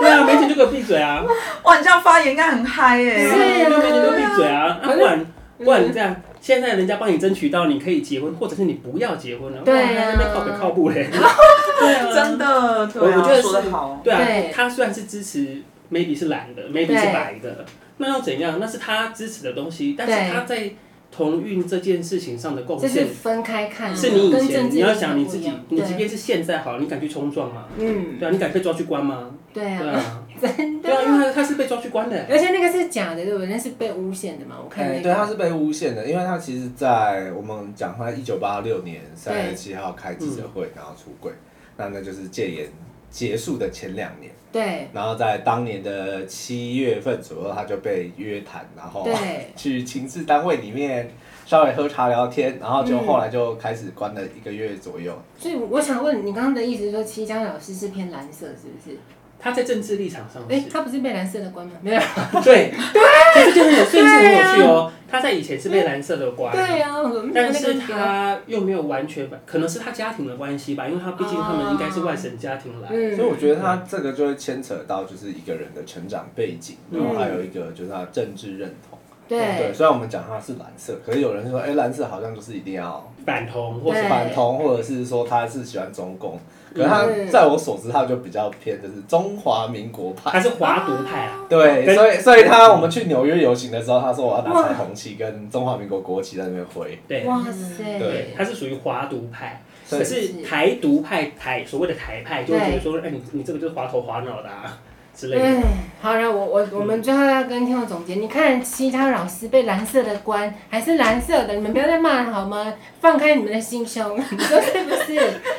B: 对啊，没钱就给我闭嘴啊！
D: 哇，你这样发言应该很嗨哎、
A: 是啊
B: 没钱就闭嘴啊！啊，
A: 可是
B: 不然
A: 嗯
B: 不然你这样，现在人家帮你争取到你可以结婚，或者是你不要结婚了，
A: 对啊
B: 哇还在那边靠北靠步
A: <laughs>
B: 嘞。对啊，
D: 真的，对啊，
B: 我我觉得是
D: 说的好。
B: 对啊
A: 对，
B: 他虽然是支持，maybe 是蓝的，maybe
A: 对
B: 是白的，那又怎样？那是他支持的东西，但
A: 对
B: 是他在同运这件事情上的贡
A: 这是
B: 献，
A: 分开看，啊
B: 是你以
A: 跟政
B: 前
A: 治
B: 你要想你
A: 不
B: 自
A: 一
B: 己
A: 样，
B: 你
A: 对
B: 即便是现在好，你敢去冲撞吗？
A: 嗯，
B: 对啊，你敢被抓去关吗？
A: 对
B: 对
A: 啊，
B: 啊，
A: 真
B: 对啊，因
A: 的。
B: 为他他是被抓去关的。
A: 而且那个是假的，对不对？那是被诬陷的嘛？我看那
C: 哎，
A: 个。
C: 对，
B: 啊
C: 他是被诬陷的，因为他其实，在我们讲他一九八六年三月七号开记者会，然后出柜，那那就是戒严结束的前两年，
A: 对
C: 然后在当年的七月份左右，他就被约谈，然后
A: 对
C: <laughs> 去情治单位里面稍微喝茶聊天，然后就
A: 嗯
C: 后来就开始关了一个月左右。
A: 所以我想问你刚刚的意思是说，七江老师是偏蓝色，是不是？
B: 他在政治立场上
A: 哎、
B: 是，
A: 他不是被蓝色的关吗？没有。
B: 对对，这就很有，所以是很有趣哦。他在以前是被蓝色的
A: <laughs>
B: 关，
A: 对啊，我们
B: 但是
A: 那个
B: 他又没有完全把，可能是他家庭的关系吧，因为他毕竟他们应该是外省家庭来，
A: 嗯，
C: 所以我觉得他这个就会牵扯到就是一个人的成长背景，
B: 嗯
C: 然后还有一个就是他的政治认同。对，
A: 对
C: 虽然我们讲它是蓝色，可是有人说，哎、蓝色好像就是一定要
B: 反同或
A: 对
B: 是
C: 反同，或者是说他是喜欢中共。可是他
A: 嗯
C: 在我所知，他就比较偏就是中华民国
B: 他
C: 派。
B: 是华独派啊，
C: 对，
B: 跟
C: 所以所以他我们去纽约游行的时候，他说我要拿彩虹旗跟中华民国国旗在那边挥。
B: 对
A: 哇塞，
C: 对
B: 对，他是属于华独派，
C: 所
B: 可
C: 以
B: 是台独派台所谓的台派就会觉得说，哎、你你这个就是滑头滑脑的啊之类的。
A: 哎，好了，我我我们最后要跟听众总结，你看其他老师被蓝色的关，还是蓝色的，你们不要再骂了好吗？放开你们的心 <laughs> 胸，你说是不是？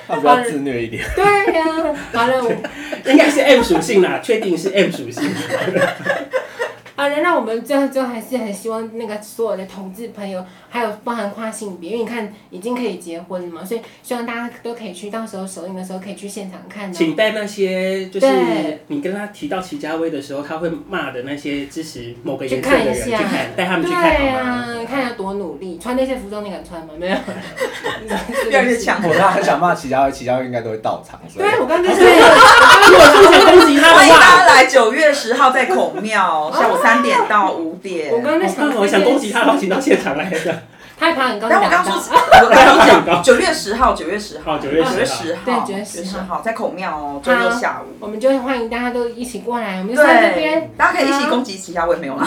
C: 要不要自虐一点？
A: 对呀、好了，我
B: 应该是 M 属性啦，确定是 M 属性。
A: 好了，那我们最后最后还是很希望那个所有的同志朋友，还有包含跨性别，因为你看已经可以结婚了嘛，所以希望大家都可以去，到时候首映的时候可以去现场看哦。
B: 请带那些就是
A: 对
B: 你跟他提到齐家威的时候，他会骂的那些支持某个
A: 去
B: 颜色的
A: 看一
B: 人，去
A: 下
B: 看，带他们去啊看
A: 对
B: 好
A: 呀、
B: 吗？
A: 看要多努力，穿那些服装你敢穿吗？没
D: <laughs>
A: 有，
D: 越来越强。
C: <laughs> 我刚很想骂齐家威，齐家威应该都会到场，所以
A: 对，我刚刚就是。
D: 哦
B: 如果
A: 啊
B: 是想攻击他
D: 欢
B: 的
D: 迎大家
B: 话，
D: 来九月十号在孔庙，下午三点到五
A: <laughs> 我
D: 点。
A: 刚刚在
B: 哦我
A: 想，
B: 刚好想攻击他，然后请到现场来的。
A: 他还爬很高，
D: 但我刚
A: 你
D: 刚
A: 打不
D: 说，
A: 到
D: 我刚刚
B: 打不到
D: 讲九月十号，九月十号，
B: 好，九月
D: 九月
B: 十
D: 十
B: 号，
D: 号，
A: 对九月
D: 九
A: 10
D: 十
A: 号
D: 号在孔庙哦，周六下午。
A: 我们就欢迎大家都一起过来，我们就在这边
D: 对，，大家可以一起攻击其他，我也没有啦。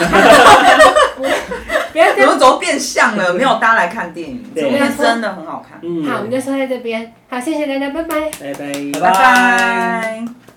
A: 不要
D: 你
A: 这样
D: 们怎么变相了？没有大家来看电影，
B: 对
D: 这部片真的很好看。
B: 嗯，
A: 好，我们就说在这边，好，谢谢大家，拜拜。
B: 拜拜，
C: 拜
D: 拜拜。